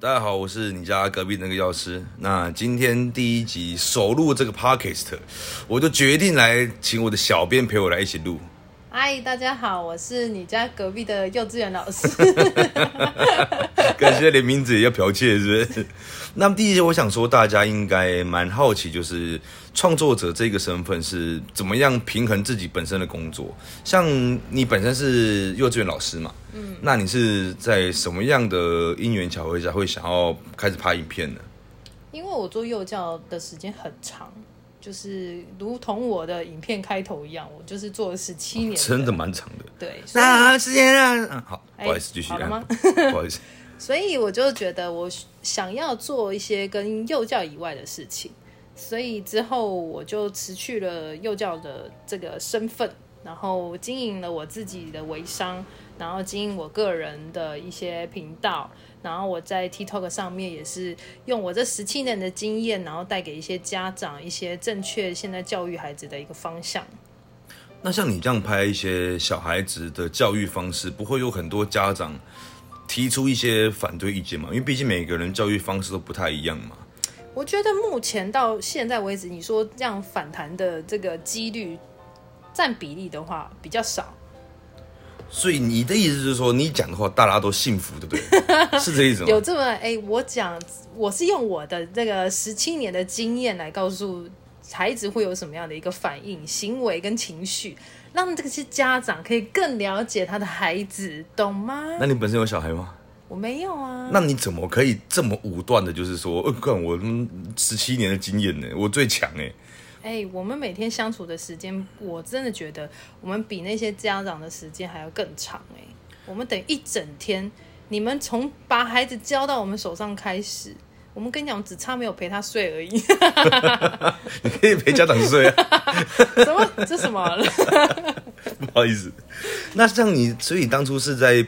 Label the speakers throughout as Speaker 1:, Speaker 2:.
Speaker 1: 大家好，我是你家隔壁那个药师。那今天第一集首录这个 podcast，我就决定来请我的小编陪我来一起录。
Speaker 2: 嗨，大家好，我是你家隔壁的幼稚园 老师。
Speaker 1: 感觉连名字也要剽窃，是不是？ 那么第一集，我想说，大家应该蛮好奇，就是创作者这个身份是怎么样平衡自己本身的工作。像你本身是幼稚园老师嘛，嗯，那你是在什么样的因缘巧合下会想要开始拍影片呢？
Speaker 2: 因为我做幼教的时间很长，就是如同我的影片开头一样，我就是做了十七年，
Speaker 1: 哦真的蛮长的。
Speaker 2: 对，所以
Speaker 1: 那时间啊，嗯好，
Speaker 2: 哎
Speaker 1: 不好意思，继续
Speaker 2: 好了吗
Speaker 1: 啊，不 好意思，
Speaker 2: 所以我就觉得我想要做一些跟幼教以外的事情，所以之后我就辞去了幼教的这个身份，然后经营了我自己的微商，然后经营我个人的一些频道，然后我在 TikTok 上面也是用我这十七年的经验，然后带给一些家长一些正确现在教育孩子的一个方向。
Speaker 1: 那像你这样拍一些小孩子的教育方式，不会有很多家长提出一些反对意见嘛？因为毕竟每个人教育方式都不太一样嘛。
Speaker 2: 我觉得目前到现在为止，你说这样反弹的这个几率占比例的话比较少，
Speaker 1: 所以你的意思是说，你讲的话大家都信服，对不对？是这意思
Speaker 2: 有
Speaker 1: 吗？
Speaker 2: 这么哎、我讲我是用我的这个十七年的经验来告诉孩子会有什么样的一个反应、行为跟情绪，让这些家长可以更了解他的孩子，懂吗？
Speaker 1: 那你本身有小孩吗？
Speaker 2: 我没有啊，
Speaker 1: 那你怎么可以这么武断的，就是说，呃，看我十七年的经验呢，我最强哎。
Speaker 2: 哎、我们每天相处的时间，我真的觉得我们比那些家长的时间还要更长哎、我们等于一整天，你们从把孩子交到我们手上开始，我们跟你讲，只差没有陪他睡而已。
Speaker 1: 你可以陪家长睡啊，
Speaker 2: 什么？这什么？
Speaker 1: 不好意思。那像你，所以当初是在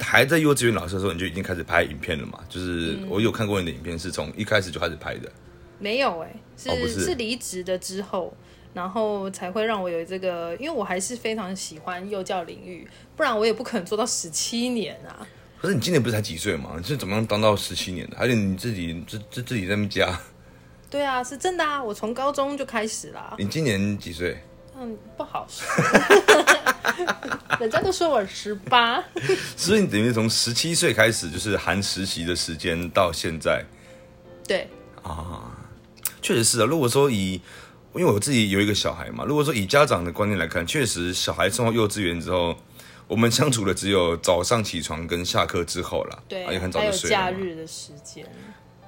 Speaker 1: 还在幼稚园老师的时候，你就已经开始拍影片了嘛？就是我有看过你的影片，是从一开始就开始拍的。
Speaker 2: 没有哎、是、
Speaker 1: 哦不是
Speaker 2: 离职的之后，然后才会让我有这个，因为我还是非常喜欢幼教领域，不然我也不可能做到十七年啊。
Speaker 1: 可是你今年不是才几岁嘛？你是怎么样当到十七年的？而且你自己自自自己在那边加，
Speaker 2: 对啊，是真的啊，我从高中就开始啊啦。
Speaker 1: 你今年几 岁？
Speaker 2: 嗯，不好说，人家都说我十八，
Speaker 1: 所以你等于从十七岁开始，就是含实习的时间到现在，
Speaker 2: 对，
Speaker 1: 确实是啊。如果说以，因为我自己有一个小孩嘛，如果说以家长的观念来看，确实小孩送到幼稚园之后，我们相处的只有早上起床跟下课之后啦，
Speaker 2: 对，
Speaker 1: 而且啊很早
Speaker 2: 还
Speaker 1: 就
Speaker 2: 有
Speaker 1: 睡了嘛
Speaker 2: 假日的时间，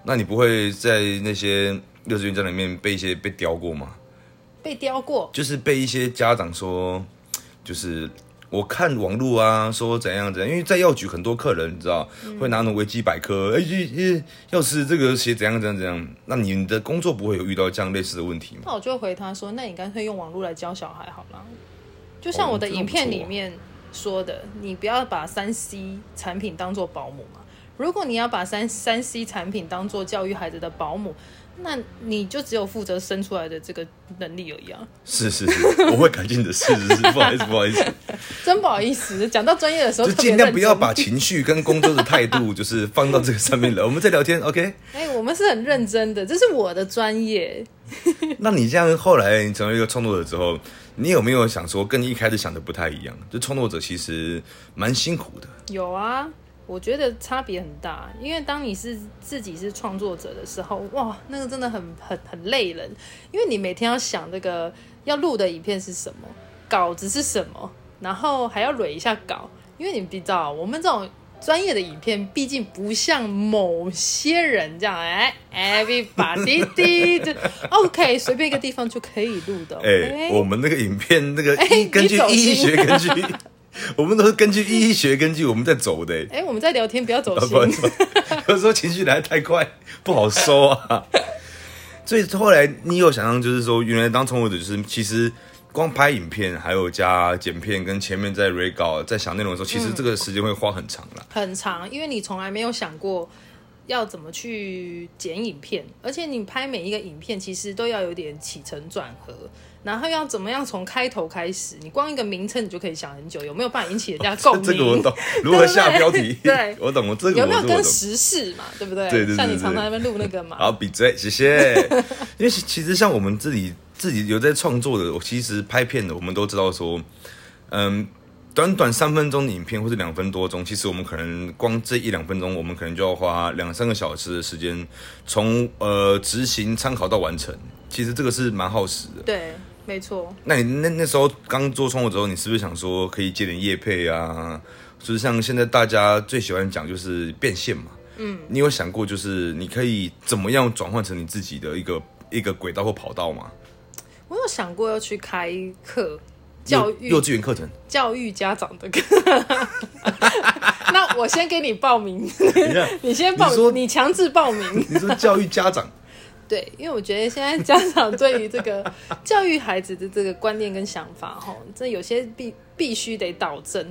Speaker 1: 那你不会在那些幼稚园家里面被一些被刁过吗？
Speaker 2: 被雕过，
Speaker 1: 就是被一些家长说，就是我看网络啊，说怎样怎样，因为在药局很多客人，你知道、
Speaker 2: 嗯
Speaker 1: 会拿那种维基百科，哎、欸药师这个写怎样怎样怎样。那你的工作不会有遇到这样类似的问题吗？
Speaker 2: 那我就回他说，那你干脆用网络来教小孩好了。就像
Speaker 1: 哦
Speaker 2: 我的
Speaker 1: 这个
Speaker 2: 影
Speaker 1: 不
Speaker 2: 片
Speaker 1: 错
Speaker 2: 里
Speaker 1: 啊
Speaker 2: 面说的，你不要把三 C 产品当做保姆嘛。如果你要把三三 C 产品当做教育孩子的保姆，那你就只有负责生出来的这个能力而已啊！
Speaker 1: 是是是，我会改进的，是是是，不好意思不好意思，
Speaker 2: 真不好意思，讲到专业的时候
Speaker 1: 就
Speaker 2: 特别
Speaker 1: 尽量
Speaker 2: 认
Speaker 1: 不要
Speaker 2: 真
Speaker 1: 把情绪跟工作的态度就是放到这个上面了。我们在聊天，OK？
Speaker 2: 哎、我们是很认真的，这是我的专业。
Speaker 1: 那你这样后来你成为一个创作者之后，你有没有想说跟你一开始想的不太一样？就创作者其实蛮辛苦的。
Speaker 2: 有啊，我觉得差别很大，因为当你是自己是创作者的时候，哇，那个真的很很很累人，因为你每天要想这个要录的影片是什么，稿子是什么，然后还要蕊一下稿，因为你知道我们这种。专业的影片毕竟不像某些人这样， 哎，everybody 就 OK，随便一个地方就可以录的。
Speaker 1: 哎、
Speaker 2: OK？
Speaker 1: 我们那个影片那个
Speaker 2: 哎
Speaker 1: 医、
Speaker 2: 你
Speaker 1: 根据
Speaker 2: 走心
Speaker 1: 医学根据， 我们都是根据医学根据我们在走的、哎
Speaker 2: 哎、我们在聊天，不要走
Speaker 1: 啊
Speaker 2: 心
Speaker 1: 不。好意思， 有时候情绪来得太快，不好收啊。所以后来你有想象，就是说，原来当创作者就是其实光拍影片，还有加剪片，跟前面在 re 稿、在想内容的时候，其实这个时间会花很长啦。
Speaker 2: 很长，因为你从来没有想过要怎么去剪影片，而且你拍每一个影片其实都要有点起承转合，然后要怎么样从开头开始，你光一个名称你就可以想很久，有没有办法引起人家共鸣？
Speaker 1: 这个我懂，如何下标题？
Speaker 2: 对
Speaker 1: 我懂，我这个
Speaker 2: 有
Speaker 1: 我
Speaker 2: 没有
Speaker 1: 这个我
Speaker 2: 跟
Speaker 1: 懂。
Speaker 2: 时事嘛，对不对？
Speaker 1: 对对对
Speaker 2: 像你
Speaker 1: 对
Speaker 2: 常常在那边录那个嘛，
Speaker 1: 好，闭嘴，谢谢。因为其其实像我们自己自己有在创作的，我其实拍片的，我们都知道说，嗯，短短三分钟的影片或者两分多钟，其实我们可能光这一两分钟，我们可能就要花两三个小时的时间，从呃执行参考到完成。其实这个是蛮耗时的。
Speaker 2: 对，没错，
Speaker 1: 那你那那时候刚做创作之后，你是不是想说可以接点业配啊？就是像现在大家最喜欢讲就是变现嘛，嗯，你有想过就是你可以怎么样转换成你自己的一个一个轨道或跑道吗？
Speaker 2: 我有想过要去开课，教育
Speaker 1: 幼幼稚园课程，
Speaker 2: 教育家长的课。 那我先给你报名，
Speaker 1: 等一下，
Speaker 2: 你先报
Speaker 1: 你说
Speaker 2: 名，你强制报名。
Speaker 1: 你说教育家长，
Speaker 2: 对，因为我觉得现在家长对于这个教育孩子的这个观念跟想法，哈，这有些必必须得导正。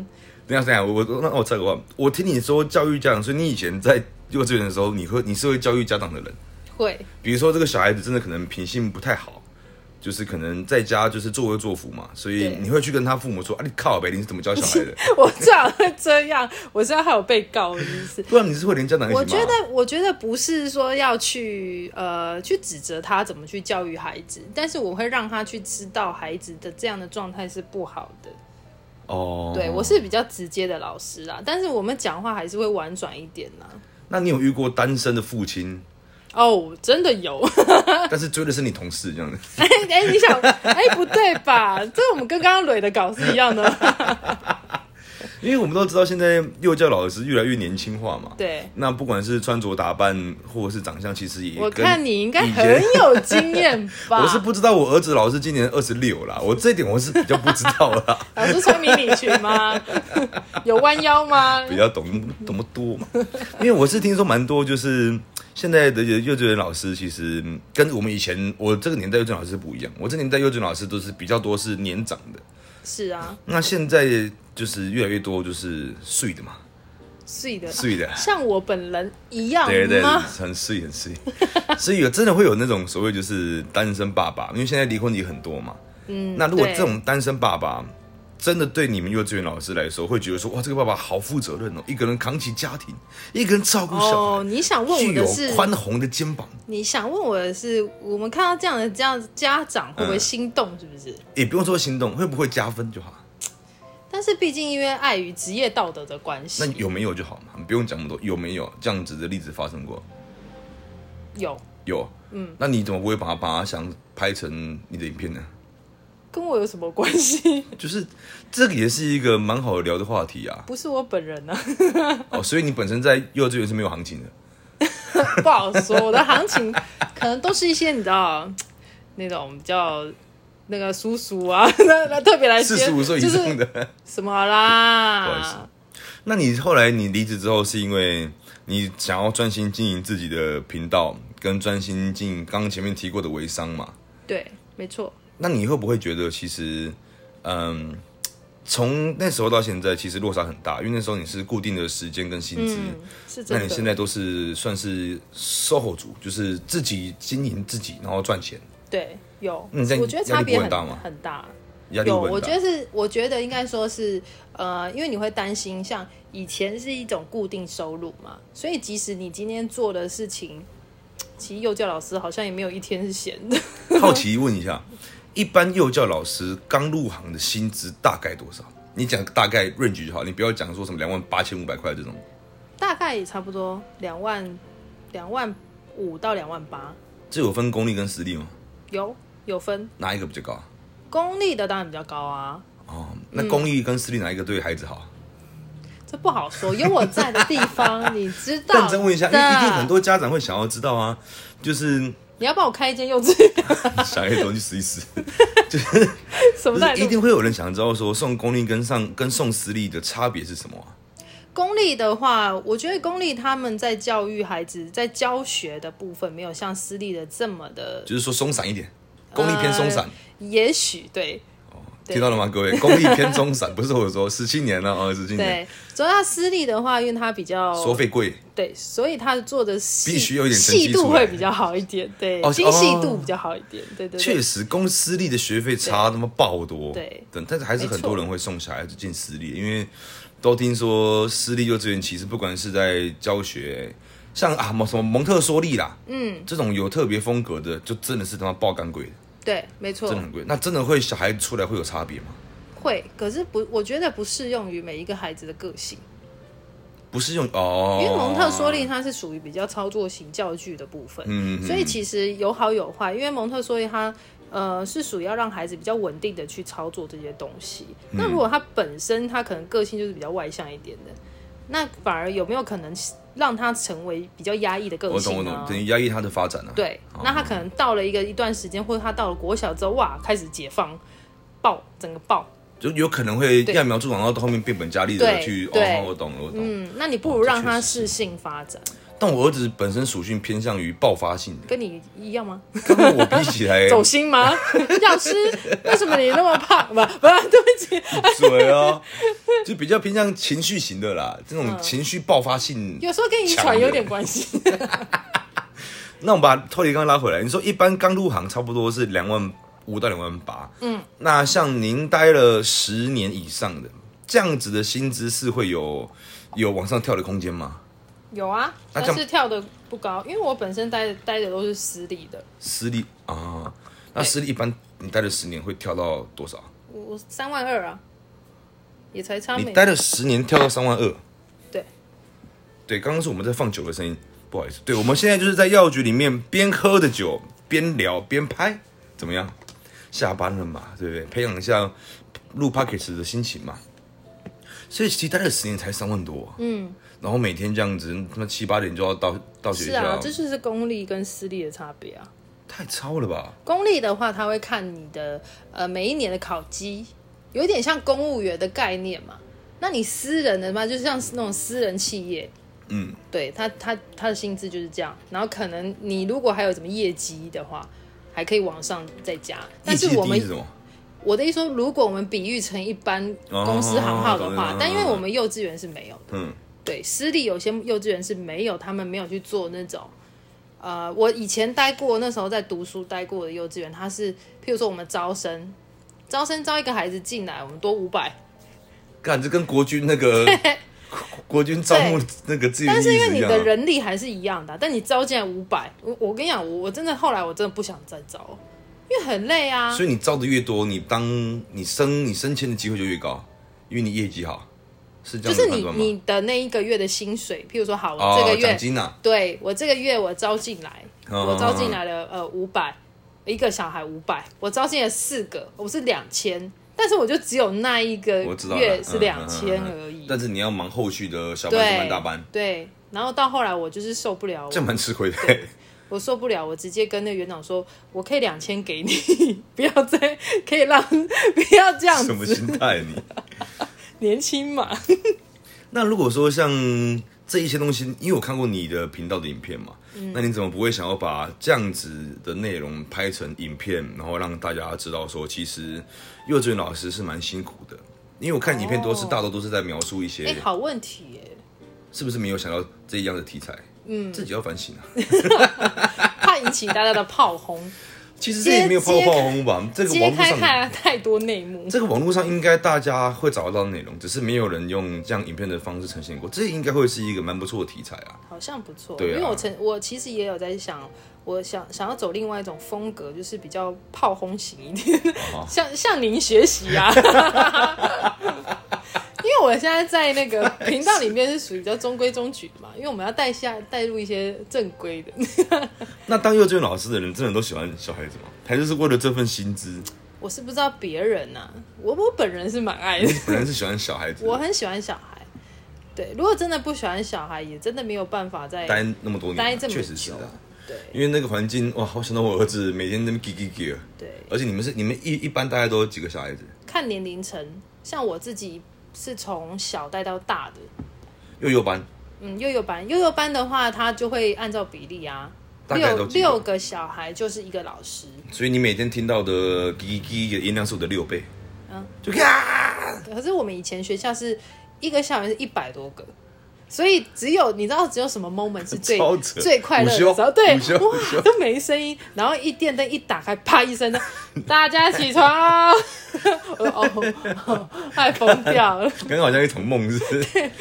Speaker 1: 等一下等一下，我我那我猜个话，我听你说教育家长，所以你以前在幼稚园的时候，你会你是会教育家长的人。
Speaker 2: 会，
Speaker 1: 比如说这个小孩子真的可能品性不太好，就是可能在家就是作威作福嘛，所以
Speaker 2: 对
Speaker 1: 你会去跟他父母说啊，你靠呗，你是怎么教小孩 的？
Speaker 2: 我最好会这样，我是要害我被告，是不是？
Speaker 1: 不然你是会啊连家长一起骂。
Speaker 2: 我觉得，我觉得不是说要去呃去指责他怎么去教育孩子，但是我会让他去知道孩子的这样的状态是不好的。
Speaker 1: 哦，
Speaker 2: 对我是比较直接的老师啦，但是我们讲话还是会婉转一点啦。
Speaker 1: 那你有遇过单身的父亲，
Speaker 2: 哦，真的有，
Speaker 1: 但是追的是 你同事这样子？
Speaker 2: 哎 哎，你想，哎不对吧？这我们跟刚刚蕊的稿是一样的。
Speaker 1: 因为我们都知道现在幼教老师越来越年轻化嘛。。
Speaker 2: 对，
Speaker 1: 那不管是穿着打扮或者是长相，其实也
Speaker 2: 我
Speaker 1: 跟
Speaker 2: 看你应该
Speaker 1: 以
Speaker 2: 很
Speaker 1: 前
Speaker 2: 有经验吧？
Speaker 1: 我是不知道我儿子老师今年二十六啦，我这一点我是比较不知道啦。
Speaker 2: 老师穿迷你裙吗？有弯 腰吗？
Speaker 1: 比较懂懂么多嘛。因为我是听说蛮多，就是现在的幼稚园老师其实跟我们以前我这个年代幼稚园老师不一样，我这年代幼稚园老师都是比较多是年长的，
Speaker 2: 是啊，
Speaker 1: 那现在就是越来越多就是碎的嘛，
Speaker 2: 碎的。
Speaker 1: 碎的。
Speaker 2: 像我本人一样吗？
Speaker 1: 对对，对很碎很碎，所以有真的会有那种所谓就是单身爸爸，因为现在离婚也很多嘛。嗯，那如果
Speaker 2: 对
Speaker 1: 这种单身爸爸真的对你们幼稚园老师来说，会觉得说哇，这个爸爸好负责任哦，一个人扛起家庭，一个人照顾小孩，
Speaker 2: 哦，你想问
Speaker 1: 具
Speaker 2: 我的
Speaker 1: 有
Speaker 2: 是，
Speaker 1: 宽宏的肩膀，
Speaker 2: 你想问我的是，我们看到这样的这样家长会不会
Speaker 1: 嗯
Speaker 2: 心动？是不是？
Speaker 1: 也不用说心动，会不会加分就好。
Speaker 2: 但是毕竟因为碍于职业道德的关
Speaker 1: 那
Speaker 2: 系，
Speaker 1: 有没有就好嘛，不用讲那么多。有没有这样子的例子发生过？
Speaker 2: 有
Speaker 1: 有，嗯，那你怎么不会把它把它想拍成你的影片呢？
Speaker 2: 跟我有什么关系？
Speaker 1: 就是这个也是一个蛮好聊的话题啊。
Speaker 2: 不是我本人啊，
Speaker 1: 哦，所以你本身在幼稚园是没有行 情的。
Speaker 2: 不好说。我的行情可能都是一些你知道那种比较那个叔叔啊，那那特别来接
Speaker 1: 四十五岁以上
Speaker 2: 就是
Speaker 1: 的，
Speaker 2: 什
Speaker 1: 不
Speaker 2: 么
Speaker 1: 好意思
Speaker 2: 啦？
Speaker 1: 那你后来你离职之后，是因为你想要专心经营自己的频道，跟专心经营刚刚前面提过的微商嘛？
Speaker 2: 对，没错。
Speaker 1: 那你会不会觉得其实，嗯，从那时候到现在，其实落差很大，因为那时候你是固定的时间跟薪资，
Speaker 2: 嗯，是真
Speaker 1: 那
Speaker 2: 的。
Speaker 1: 你现在都是算是 SOHO 族，就是自己经营自己，然后赚钱，
Speaker 2: 对有，
Speaker 1: 嗯这样
Speaker 2: 我觉得
Speaker 1: 压
Speaker 2: 差
Speaker 1: 力不
Speaker 2: 别
Speaker 1: 会
Speaker 2: 很
Speaker 1: 大吗
Speaker 2: 很大。
Speaker 1: 压力
Speaker 2: 有，
Speaker 1: 会很大。
Speaker 2: 我觉得是，我觉得应该说是，呃，因为你会担心，像以前是一种固定收入嘛，所以即使你今天做的事情，其实幼教老师好像也没有一天是闲的。
Speaker 1: 好奇问一下，一般幼教老师刚入行的薪资大概多少？你讲大概 range 就好，你不要讲说什么两万八千五百块这种。
Speaker 2: 大概也差不多两万两万五到两万八，
Speaker 1: 这有分公立跟私立吗？
Speaker 2: 有有分，
Speaker 1: 哪一个比较高啊？
Speaker 2: 公立的当然比较高啊，
Speaker 1: 哦，那公立跟私立哪一个对孩子好？
Speaker 2: 这不好说，有我在的地 方，你知道。
Speaker 1: 认真问一下，因为一定很，多家长会想要知道啊， 就是
Speaker 2: 你要帮我开一间幼稚园，
Speaker 1: 小孩东西试一试，
Speaker 2: 什
Speaker 1: 不
Speaker 2: 么
Speaker 1: 是
Speaker 2: 态
Speaker 1: 一
Speaker 2: 度？
Speaker 1: 定会有人想知道说送公立跟上跟送私立的差别是什么啊？
Speaker 2: 公立的话，我觉得公立他们在教育孩子、在教学的部分，没有像私立的这么的，
Speaker 1: 就是说松散一点，公立偏松散，
Speaker 2: 也许对。呃对
Speaker 1: 听到了吗，各位？功力偏中散，不是我说十七年了哦，十七年，
Speaker 2: 对，主要它私立的话，因为它比较
Speaker 1: 收费贵，
Speaker 2: 对，所以它做的细
Speaker 1: 必须有一点成绩
Speaker 2: 细度
Speaker 1: 出来
Speaker 2: 会比较好一点，对，
Speaker 1: 哦
Speaker 2: 精细度
Speaker 1: 哦
Speaker 2: 比较好一点，对对
Speaker 1: 确
Speaker 2: 对，
Speaker 1: 实公私立的学费差他妈爆多。
Speaker 2: 对
Speaker 1: 但但是还是很
Speaker 2: 没错
Speaker 1: 多人会送小孩子进私立，因为都听说私立幼稚园其实不管是在教学，像啊蒙什么蒙特梭利啦，嗯，这种有特别风格的，就真的是他妈爆干贵的，
Speaker 2: 对，没错
Speaker 1: 真的，很贵。那真的会小孩子出来会有差别吗？
Speaker 2: 会，可是不，我觉得不适用于每一个孩子的个性，
Speaker 1: 不是用哦，
Speaker 2: 因为蒙特梭利它是属于比较操作型教具的部分，
Speaker 1: 嗯，嗯，
Speaker 2: 所以其实有好有坏，因为蒙特梭利它呃是属于要让孩子比较稳定的去操作这些东西。
Speaker 1: 嗯
Speaker 2: 那如果他本身他可能个性就是比较外向一点的，那反而有没有可能让他成为比较压抑的个
Speaker 1: 我懂
Speaker 2: 性啊
Speaker 1: 我
Speaker 2: 呢
Speaker 1: 懂，？哦等于压抑他的发展啊。，
Speaker 2: 对，那他可能到了一个一段时间，或者他到了国小之后，哇，开始解放，爆，整个爆。
Speaker 1: 就有可能会
Speaker 2: 对
Speaker 1: 揠苗助长，然后到后面变本加厉的
Speaker 2: 对
Speaker 1: 去
Speaker 2: 对
Speaker 1: 哦，我懂了，我懂了。
Speaker 2: 嗯，那你不
Speaker 1: 哦
Speaker 2: 如
Speaker 1: 这
Speaker 2: 让
Speaker 1: 确
Speaker 2: 他
Speaker 1: 实
Speaker 2: 适性发展，
Speaker 1: 但我儿子本身属性偏向于爆发性的，
Speaker 2: 跟你一样吗？
Speaker 1: 跟我比起 来，
Speaker 2: 走心吗？药师，为什么你那么胖？不，不，对不起，
Speaker 1: 嘴哦，就比较偏向情绪型的啦，这种情绪爆发性。
Speaker 2: 有时候跟遗
Speaker 1: 强
Speaker 2: 传
Speaker 1: 烈
Speaker 2: 有点关系。
Speaker 1: 那我们把脱离刚刚拉回来，你说一般刚入行差不多是两万五到两万八，嗯，那像您待了十年以上的这样子的薪资是会有有往上跳的空间吗？
Speaker 2: 有啊，
Speaker 1: 那这
Speaker 2: 但
Speaker 1: 样
Speaker 2: 是跳的不高，因为我本身待待的都是私立的，
Speaker 1: 私立啊，那私立一般你待了十年会跳到多少？
Speaker 2: 我我三万二啊，也才差
Speaker 1: 你
Speaker 2: 没
Speaker 1: 待了十年跳到三万二，
Speaker 2: 对
Speaker 1: 对，刚刚是我们在放酒的声音，不好意思。对，我们现在就是在药局里面边喝着酒边聊边拍，怎么样？下班了嘛，对不对？培养一下录 p o c k e t 的心情嘛。所以其实待了十年才三万多，嗯，然后每天这样子，他妈七八点就要到到学
Speaker 2: 是
Speaker 1: 校，
Speaker 2: 啊，这就是公立跟私立的差别啊。
Speaker 1: 太超了吧？
Speaker 2: 公立的话，他会看你的呃每一年的考绩，有点像公务员的概念嘛。那你私人的嘛，就像是那种私人企业，嗯，对他他他的薪资就是这样。然后可能你如果还有什么业绩的话，还可以往上再加。但是
Speaker 1: 业绩
Speaker 2: 我
Speaker 1: 第一
Speaker 2: 们
Speaker 1: 是什么？
Speaker 2: 我的意思说，如果我们比喻成一般公司行号的
Speaker 1: 哦懂
Speaker 2: 话
Speaker 1: 了，
Speaker 2: 但因为我们幼稚园是没有的，
Speaker 1: 嗯，
Speaker 2: 对，私立有些幼稚园是没有，他们没有去做那种。呃，我以前待过，那时候在读书待过的幼稚园，它是，譬如说我们招生，招生招一个孩子进来，我们多五百，
Speaker 1: 干，这跟国军那 个国国军招募
Speaker 2: 对
Speaker 1: 那个志愿役
Speaker 2: 但是因为
Speaker 1: 是一
Speaker 2: 你
Speaker 1: 样
Speaker 2: 的
Speaker 1: 啊。
Speaker 2: 人力还是一样的啊、但你招进来五百，我我跟你讲，我我真的后来我真的不想再招，因为很累啊。
Speaker 1: 所以你招的越多，你当你升你升迁的机会就越高，因为你业绩好，是这
Speaker 2: 就
Speaker 1: 样的判
Speaker 2: 是你
Speaker 1: 断吗？
Speaker 2: 你的那一个月的薪水，譬如说好，我
Speaker 1: 哦，
Speaker 2: 这个月、
Speaker 1: 奖金啊，
Speaker 2: 对我这个月我招进来，
Speaker 1: 嗯
Speaker 2: 我招进来了呃五百，一个小孩五百，我招进了四个，我是两千，但是我就只有那一个
Speaker 1: 我知道了
Speaker 2: 月是
Speaker 1: 嗯
Speaker 2: 两千
Speaker 1: 嗯嗯嗯
Speaker 2: 而已，
Speaker 1: 但是你要忙后续的小班、中班、
Speaker 2: 对
Speaker 1: 大班，
Speaker 2: 对，然后到后来我就是受不了，
Speaker 1: 这
Speaker 2: 我
Speaker 1: 蛮吃亏的。
Speaker 2: 我受不了，我直接跟那个园长说，我可以两千给你， 不要再可以让 不要这样
Speaker 1: 什么心
Speaker 2: 子，
Speaker 1: 态你？
Speaker 2: 年轻嘛，
Speaker 1: 那如果说像这一些东西，因为我看过你的频道的影片嘛，嗯那你怎么不会想要把这样子的内容拍成影片，然后让大家知道说，其实幼稚园老师是蛮辛苦的？因为我看影片都是、
Speaker 2: 哦
Speaker 1: 大多都是在描述一些、
Speaker 2: 哎、好问题耶、
Speaker 1: 是不是没有想到这样的题材？嗯，自己要反省 啊。
Speaker 2: 怕引起大家的炮轰，
Speaker 1: 其实这也没有泡泡红吧？ 这个
Speaker 2: 揭
Speaker 1: 网络
Speaker 2: 开
Speaker 1: 上，
Speaker 2: 看了太多内幕。
Speaker 1: 这个网络上应该大家会找得到内容，只是没有人用这样影片的方式呈现过。这应该会是一个蛮不错的题材啊。
Speaker 2: 好像不错，
Speaker 1: 对啊
Speaker 2: 因为我曾我其实也有在想，我想想要走另外一种风格，就是比较炮轰型一点，
Speaker 1: 哦
Speaker 2: 像向您学习啊。 因为我现在在 那个频道里面是属于比较中规中矩的嘛，因为我们要带下带入一些正规的。
Speaker 1: 那当幼稚园老师的人真的都喜欢小孩子吗？还是是为了这份薪资？
Speaker 2: 我是不知道别人呐、我我本人是蛮爱的，
Speaker 1: 本来是喜欢小孩子的，
Speaker 2: 我很喜欢小孩。对，如果真的不喜欢小孩，也真的没有办法再
Speaker 1: 待那么多
Speaker 2: 待
Speaker 1: 年，
Speaker 2: 这么久。
Speaker 1: 确实是的、
Speaker 2: 对
Speaker 1: 因为那个环境，哇，好想到我儿子每天那么叽叽叽的。
Speaker 2: 对。
Speaker 1: 而且你们是你们一一般大概都有几个小孩子？
Speaker 2: 看年龄层，像我自己是从小带到大的，
Speaker 1: 幼幼班，
Speaker 2: 嗯，幼幼班，幼幼班的话，它就会按照比例啊，
Speaker 1: 大概
Speaker 2: 六
Speaker 1: 都几个
Speaker 2: 六个小孩就是一个老师，
Speaker 1: 所以你每天听到的叽叽叽的音量是我的六倍。
Speaker 2: 嗯，
Speaker 1: 就啊，
Speaker 2: 可是我们以前学校是一个校园是一百多个，所以只有你知道，只有什么 moment 是最
Speaker 1: 超扯
Speaker 2: 最快乐的时
Speaker 1: 午休
Speaker 2: 候，对
Speaker 1: 午休，午休
Speaker 2: 哇，都没声音，然后一电灯一打开，啪一声，大家起床 哦，我说哦，哦快疯掉了，
Speaker 1: 刚刚好像一场梦是 不是。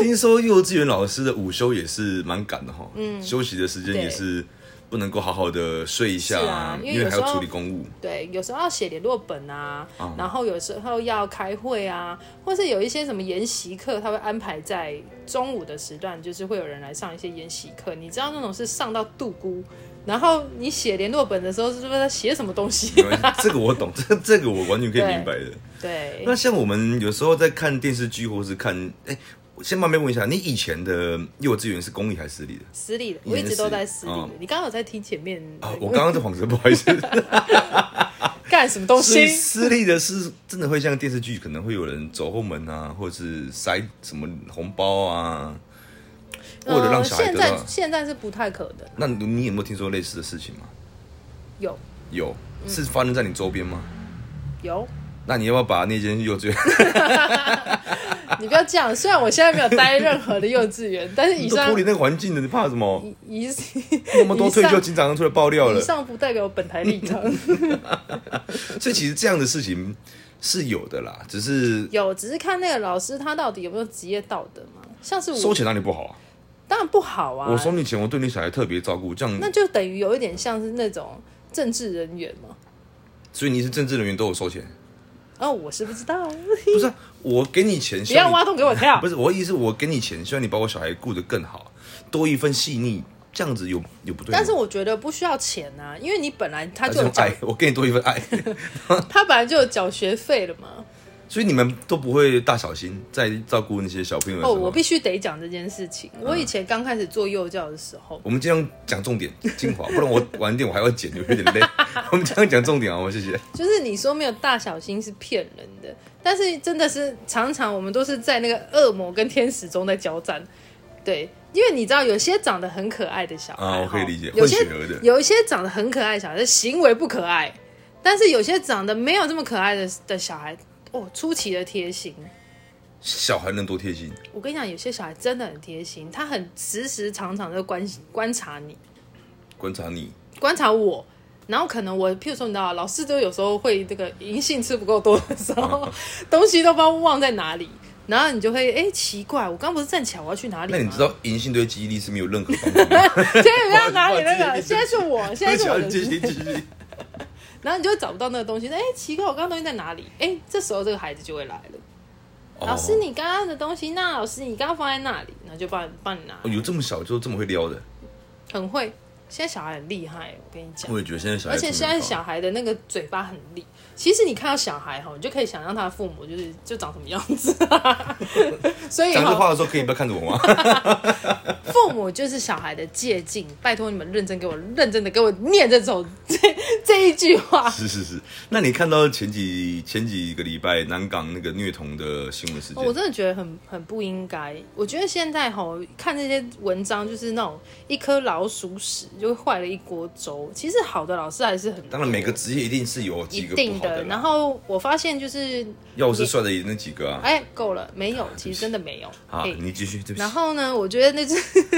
Speaker 1: 听说幼稚园老师的午休也是蛮赶的哈，嗯，休息的时间也是不能够好好的睡一下
Speaker 2: 是啊因为
Speaker 1: 因为还
Speaker 2: 有时
Speaker 1: 要
Speaker 2: 候
Speaker 1: 处理公务。
Speaker 2: 对，有时候要写联络本啊，
Speaker 1: 嗯
Speaker 2: 然后有时候要开会啊，或是有一些什么研习课，他会安排在中午的时段，就是会有人来上一些研习课。你知道那种是上到度孤，然后你写联络本的时候，是不是在写什么东西
Speaker 1: 没？关系这个我懂，这这个我完全可以明白的。
Speaker 2: 对
Speaker 1: 那，像我们有时候在看电视剧或是看，哎、我先旁边问一下，你以前的幼稚园是公立还是私立的？
Speaker 2: 私立的，
Speaker 1: 你
Speaker 2: 我一直都
Speaker 1: 是
Speaker 2: 在私立的
Speaker 1: 嗯。
Speaker 2: 你刚刚有在听前面呃
Speaker 1: 啊，我刚刚在晃神，不好意思。
Speaker 2: 干什么东
Speaker 1: 私
Speaker 2: 西？
Speaker 1: 私立的是真的会像电视剧，可能会有人走后门啊，或者是塞什么红包啊，为了让
Speaker 2: 呃，
Speaker 1: 小孩
Speaker 2: 现
Speaker 1: 得到。
Speaker 2: 在现在是不太可能，
Speaker 1: 那你你有没有听说类似的事情吗？
Speaker 2: 有
Speaker 1: 有，是发生在你周边吗？
Speaker 2: 有，
Speaker 1: 那你要不要把那间幼稚园？
Speaker 2: 你不要这样。虽然我现在没有待任何的幼稚园，但是以
Speaker 1: 你都
Speaker 2: 上
Speaker 1: 脱离那个环境了，你怕什么？
Speaker 2: 以
Speaker 1: 那么多
Speaker 2: 以
Speaker 1: 退休
Speaker 2: 上
Speaker 1: 警长出来爆料了
Speaker 2: 以。上不代表本台立 场。
Speaker 1: 所以其实这样的事情是有的啦，只是
Speaker 2: 有，只是看那个老师他到底有没有职业道德嘛。像是
Speaker 1: 收
Speaker 2: 我，
Speaker 1: 钱哪里不好啊？
Speaker 2: 当然不好啊。
Speaker 1: 我收你钱，我对你小孩特别照顾，这样，
Speaker 2: 那就等于有一点像是那种政治人员嘛。
Speaker 1: 所以你是政治人员都有收钱，
Speaker 2: 哦，我是不 知道，
Speaker 1: 不是啊、我给你钱，
Speaker 2: 不
Speaker 1: 希望
Speaker 2: 要
Speaker 1: 你
Speaker 2: 挖洞给我跳
Speaker 1: 不。是我的意思，是我给你钱，希望你把我小孩顾得更好，多一份细腻，这样子有有不对吗？
Speaker 2: 但是我觉得不需要钱啊，因为你本来他
Speaker 1: 还是
Speaker 2: 就有
Speaker 1: 有
Speaker 2: 缴
Speaker 1: 爱，，我给你多一份爱，
Speaker 2: 他本来就有缴学费了嘛。
Speaker 1: 所以你们都不会大小心在照顾那些小朋友的时候。
Speaker 2: 哦，我必须得讲这件事情。我以前刚开始做幼教的时候，
Speaker 1: 我们尽量讲重点精华，不然我晚一点我还要剪，有 点累。我们尽量讲重点好吗？谢谢。
Speaker 2: 就是你说没有大小心是骗人的，但是真的是常常我们都是在那个恶魔跟天使中在交战，对，因为你知道有些长得很可爱的小孩，
Speaker 1: 啊我可以
Speaker 2: 哈
Speaker 1: 理解
Speaker 2: 有些
Speaker 1: 混血儿的
Speaker 2: 有一些长得很可爱的小孩行为不可爱，但是有些长得没有这么可爱的的小孩，哦，出奇的贴心。
Speaker 1: 小孩能多贴心，
Speaker 2: 我跟你讲，有些小孩真的很贴心，他很时时常常在观观察你，
Speaker 1: 观察你。
Speaker 2: 观察我，然后可能我，譬如说，你知道，老师就有时候会这个银杏吃不够多的时候，
Speaker 1: 哦
Speaker 2: 东西都不知道忘在哪里，然后你就会哎、诶奇怪，我刚不是站起来我要去哪里
Speaker 1: 那
Speaker 2: 吗？
Speaker 1: 你 知道银杏对记忆力是没有任何帮助的。
Speaker 2: 现在不要哪里那
Speaker 1: 我
Speaker 2: 个，
Speaker 1: 我
Speaker 2: 现在是我， 现在 是我的
Speaker 1: 继
Speaker 2: 事，
Speaker 1: 续继续。
Speaker 2: 然后你就会找不到那个东西，哎、奇怪，我刚刚东西在哪里？哎、这时候这个孩子就会来了。
Speaker 1: 哦
Speaker 2: 老师，你刚刚的东西，那老师你刚刚放在那里，然后就帮你帮你拿
Speaker 1: 哦，有这么小就这么会撩的，
Speaker 2: 很会。现在小孩很厉害，我跟你讲。
Speaker 1: 我也觉得现在小孩
Speaker 2: 而
Speaker 1: 真的很棒，
Speaker 2: 且现在小孩的那个嘴巴很利，其实你看到小孩哈，你就可以想象他的父母就是就长什么样子，啊 所以
Speaker 1: 讲这
Speaker 2: 哈，
Speaker 1: 话的时候可以不要看着我吗？
Speaker 2: 父母就是小孩的借镜。拜托你们认真给我认真的给我念这首 这这一句话。
Speaker 1: 是是是，那你看到前几前几个礼拜南港那个虐童的新闻事件，
Speaker 2: 哦我真的觉得很很不应该。我觉得现在吼看这些文章，就是那种一颗老鼠屎就坏了一锅粥。其实好的老师还是很多
Speaker 1: 当然每个职业一定是有
Speaker 2: 一
Speaker 1: 几个不
Speaker 2: 定
Speaker 1: 好
Speaker 2: 的。
Speaker 1: 啦
Speaker 2: 然后我发现就是，
Speaker 1: 药师算的也那几个啊。
Speaker 2: 哎，够了，没有，其实真的没 有。
Speaker 1: 好，
Speaker 2: 嘿
Speaker 1: 你继续，对不
Speaker 2: 然
Speaker 1: 起。
Speaker 2: 后呢，我觉得那就是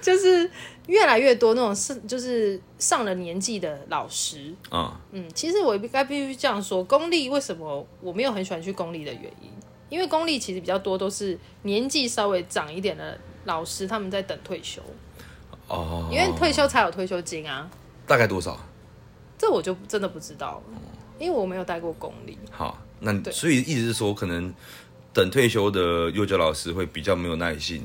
Speaker 2: 就是越来越多那种是就是上了年纪的老师，
Speaker 1: 啊，
Speaker 2: 嗯，其实我该必须这样说，公立为什么我没有很喜欢去公立的原因，因为公立其实比较多都是年纪稍微长一点的老师，他们在等退休，
Speaker 1: 哦，
Speaker 2: 因为退休才有退休金啊，
Speaker 1: 大概多少？
Speaker 2: 这我就真的不知道了，因为我没有待过公立，
Speaker 1: 好，那你
Speaker 2: 对
Speaker 1: 所以意思是说，可能等退休的幼教老师会比较没有耐心。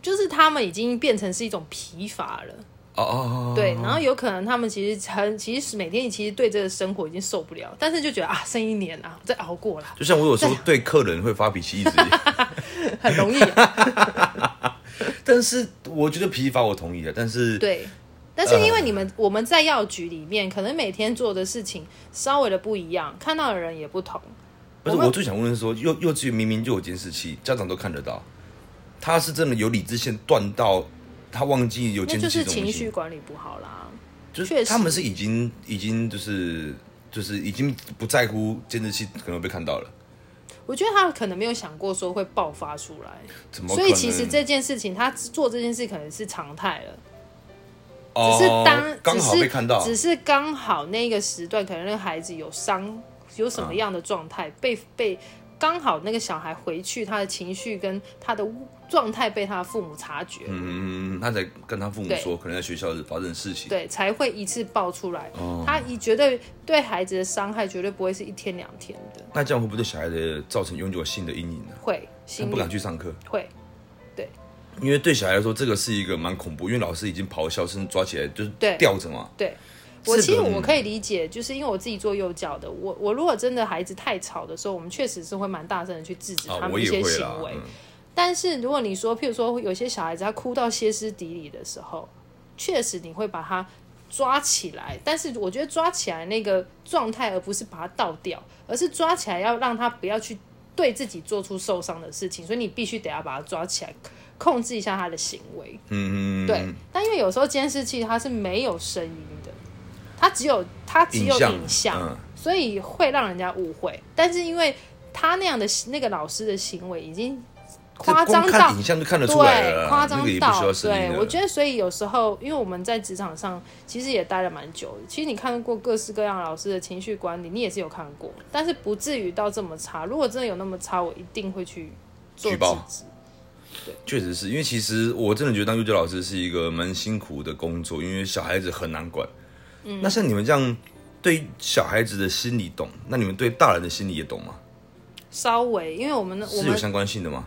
Speaker 2: 就是他们已经变成是一种疲乏了。
Speaker 1: 哦哦哦，哦
Speaker 2: 对，然后有可能他们其实很，其实每天其实对这个生活已经受不了，但是就觉得啊，剩一年啊，我再熬过啦，
Speaker 1: 就像我有时候对客人会发脾气 一直一样，
Speaker 2: 很容易、 啊。
Speaker 1: 但是我觉得疲乏我同意的，但是
Speaker 2: 对，但是因为你们、我们在药局里面，可能每天做的事情稍微的不一样，看到的人也不同。
Speaker 1: 不是
Speaker 2: 我们
Speaker 1: 我最想问的是说，幼幼稚园明明就有监视器，家长都看得到，他是真的有理智线断到他忘记有
Speaker 2: 那
Speaker 1: 监
Speaker 2: 就
Speaker 1: 视器
Speaker 2: 是
Speaker 1: 这种东
Speaker 2: 情
Speaker 1: 西
Speaker 2: 绪，管理不好啦。
Speaker 1: 就是
Speaker 2: 确实
Speaker 1: 他们是已经已经就是就是已经不在乎监视器可能被看到了，
Speaker 2: 我觉得他可能没有想过说会爆发出来，
Speaker 1: 怎么可
Speaker 2: 所
Speaker 1: 能？
Speaker 2: 以其实这件事情他做这件事可能是常态了。
Speaker 1: 哦
Speaker 2: 只是当
Speaker 1: 刚好
Speaker 2: 只是
Speaker 1: 被看到，
Speaker 2: 只是刚好那个时段，可能那个孩子有伤，有什么样的状
Speaker 1: 嗯
Speaker 2: 态、被被刚好那个小孩回去，他的情绪跟他的状态被他的父母察觉，
Speaker 1: 嗯，他才跟他父母
Speaker 2: 对
Speaker 1: 说，可能在学校发生的事情。
Speaker 2: 对，才会一次爆出来。
Speaker 1: 哦
Speaker 2: 他一绝对对孩子的伤害绝对不会是一天两天的，
Speaker 1: 那这样会不会对小孩的造成永久性的阴影呢、
Speaker 2: 会
Speaker 1: 他
Speaker 2: 心
Speaker 1: 不敢
Speaker 2: 里
Speaker 1: 去上课，
Speaker 2: 会
Speaker 1: 因为对小孩来说，这个是一个蛮恐怖，因为老师已经咆哮，甚至抓起来就是
Speaker 2: 对
Speaker 1: 吊着嘛。
Speaker 2: 对。我
Speaker 1: 这
Speaker 2: 其实
Speaker 1: 个嗯
Speaker 2: 我可以理解，就是因为我自己做幼教的，我我如果真的孩子太吵的时候，我们确实是会蛮大声的去制止
Speaker 1: 啊
Speaker 2: 他，
Speaker 1: 我
Speaker 2: 们一
Speaker 1: 也
Speaker 2: 些
Speaker 1: 会
Speaker 2: 行
Speaker 1: 啦
Speaker 2: 为。。
Speaker 1: 嗯
Speaker 2: 但是如果你说，譬如说有些小孩子他哭到歇斯底里的时候，确实你会把他抓起来，但是我觉得抓起来那个状态，而不是把他倒掉，而是抓起来要让他不要去对自己做出受伤的事情，所以你必须得要把他抓起来，控制一下他的行为。
Speaker 1: 嗯，嗯
Speaker 2: 对，，但因为有时候监视器它是没有声音的，它只有它只有
Speaker 1: 影像
Speaker 2: 影像，
Speaker 1: 嗯
Speaker 2: 所以会让人家误会。但是因为他那样的那个老师的行为已经
Speaker 1: 这
Speaker 2: 夸张
Speaker 1: 光
Speaker 2: 到
Speaker 1: 看影像就看得出来了
Speaker 2: 对
Speaker 1: 啦，
Speaker 2: 夸
Speaker 1: 那
Speaker 2: 张
Speaker 1: 个也不需
Speaker 2: 到
Speaker 1: 要声音
Speaker 2: 对，
Speaker 1: 了。
Speaker 2: 我觉得所以有时候因为我们在职场上其实也待了蛮久的，其实你看过各式各样老师的情绪管理，你也是有看过，但是不至于到这么差。如果真的有那么差，我一定会去做
Speaker 1: 举
Speaker 2: 制
Speaker 1: 报
Speaker 2: 止。
Speaker 1: 确实是因为其实我真的觉得当幼教老师是一个蛮辛苦的工作，因为小孩子很难管。嗯，那像你们这样对小孩子的心理懂，那你们对大人的心理也懂吗？
Speaker 2: 稍微，因为我们我
Speaker 1: 是有
Speaker 2: 们
Speaker 1: 相关性的吗？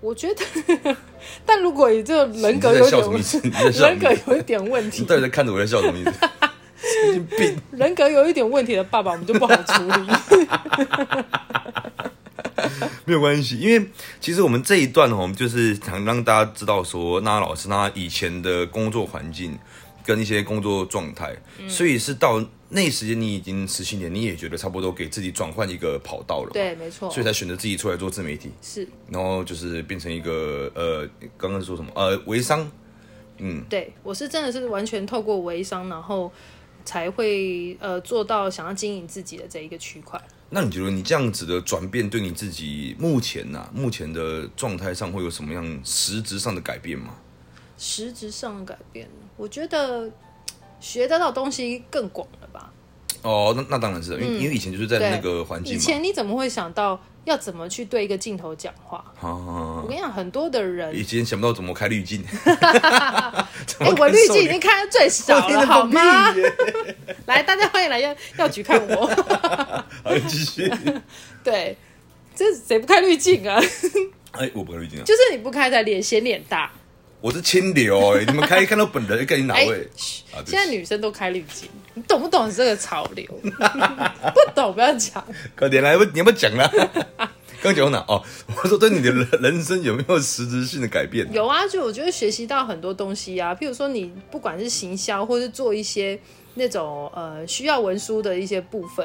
Speaker 2: 我觉得，但如果你这个人格
Speaker 1: 你
Speaker 2: 有
Speaker 1: 在笑什么意
Speaker 2: 点
Speaker 1: 思？你在笑什
Speaker 2: 人
Speaker 1: 么
Speaker 2: 格
Speaker 1: 意思？
Speaker 2: 有一点问
Speaker 1: 你
Speaker 2: 题，
Speaker 1: 到底在看着我在笑什 么意思？神经病！
Speaker 2: 人格有一点问题的爸爸，我们就不好处理。
Speaker 1: 没有关系，因为其实我们这一段哦，我们就是想让大家知道说，那老师他以前的工作环境跟一些工作状态，
Speaker 2: 嗯
Speaker 1: 所以是到那时间你已经十七年，你也觉得差不多给自己转换一个跑道了，，
Speaker 2: 对，没错
Speaker 1: 所，以才选择自己出来做自媒体，
Speaker 2: 是
Speaker 1: 然后就是变成一个呃，刚刚说什么呃微商，
Speaker 2: 对我是真的是完全透过微商，然后才会呃做到想要经营自己的这一个区块。
Speaker 1: 那你觉得你这样子的转变对你自己目前呐、目前的状态上会有什么样实质上的改变吗？
Speaker 2: 实质上的改变，我觉得学得到东西更广了吧？
Speaker 1: 哦，那那当然是，因为、因为以前就是在
Speaker 2: 嗯对
Speaker 1: 那个环境
Speaker 2: 以
Speaker 1: 嘛。
Speaker 2: 前你怎么会想到要怎么去对一个镜头讲话？
Speaker 1: 啊
Speaker 2: 我，跟你讲，很多的人
Speaker 1: 以前想不到怎么开滤镜，？
Speaker 2: 哎、我滤镜已经开到最少了，好吗？来，大家欢迎来药药局看我。
Speaker 1: 好，继续。
Speaker 2: 对，这谁不开滤镜啊？ 就
Speaker 1: 哎，我不开滤镜啊，
Speaker 2: 是你不开才脸显脸大。
Speaker 1: 我是清流哎，你们开看到本人，看你哪
Speaker 2: 哎、
Speaker 1: 位？
Speaker 2: 嘘
Speaker 1: 啊对不起
Speaker 2: 现在女生都开滤镜，你懂不懂这个潮流？ 不懂不要讲。
Speaker 1: 快点来，不你要不要讲啦？刚讲到哪？哦，我说对你的 人人生有没有实质性的改变？
Speaker 2: 有啊，就我觉得学习到很多东西啊，譬如说你不管是行销，或是做一些那种呃需要文书的一些部分，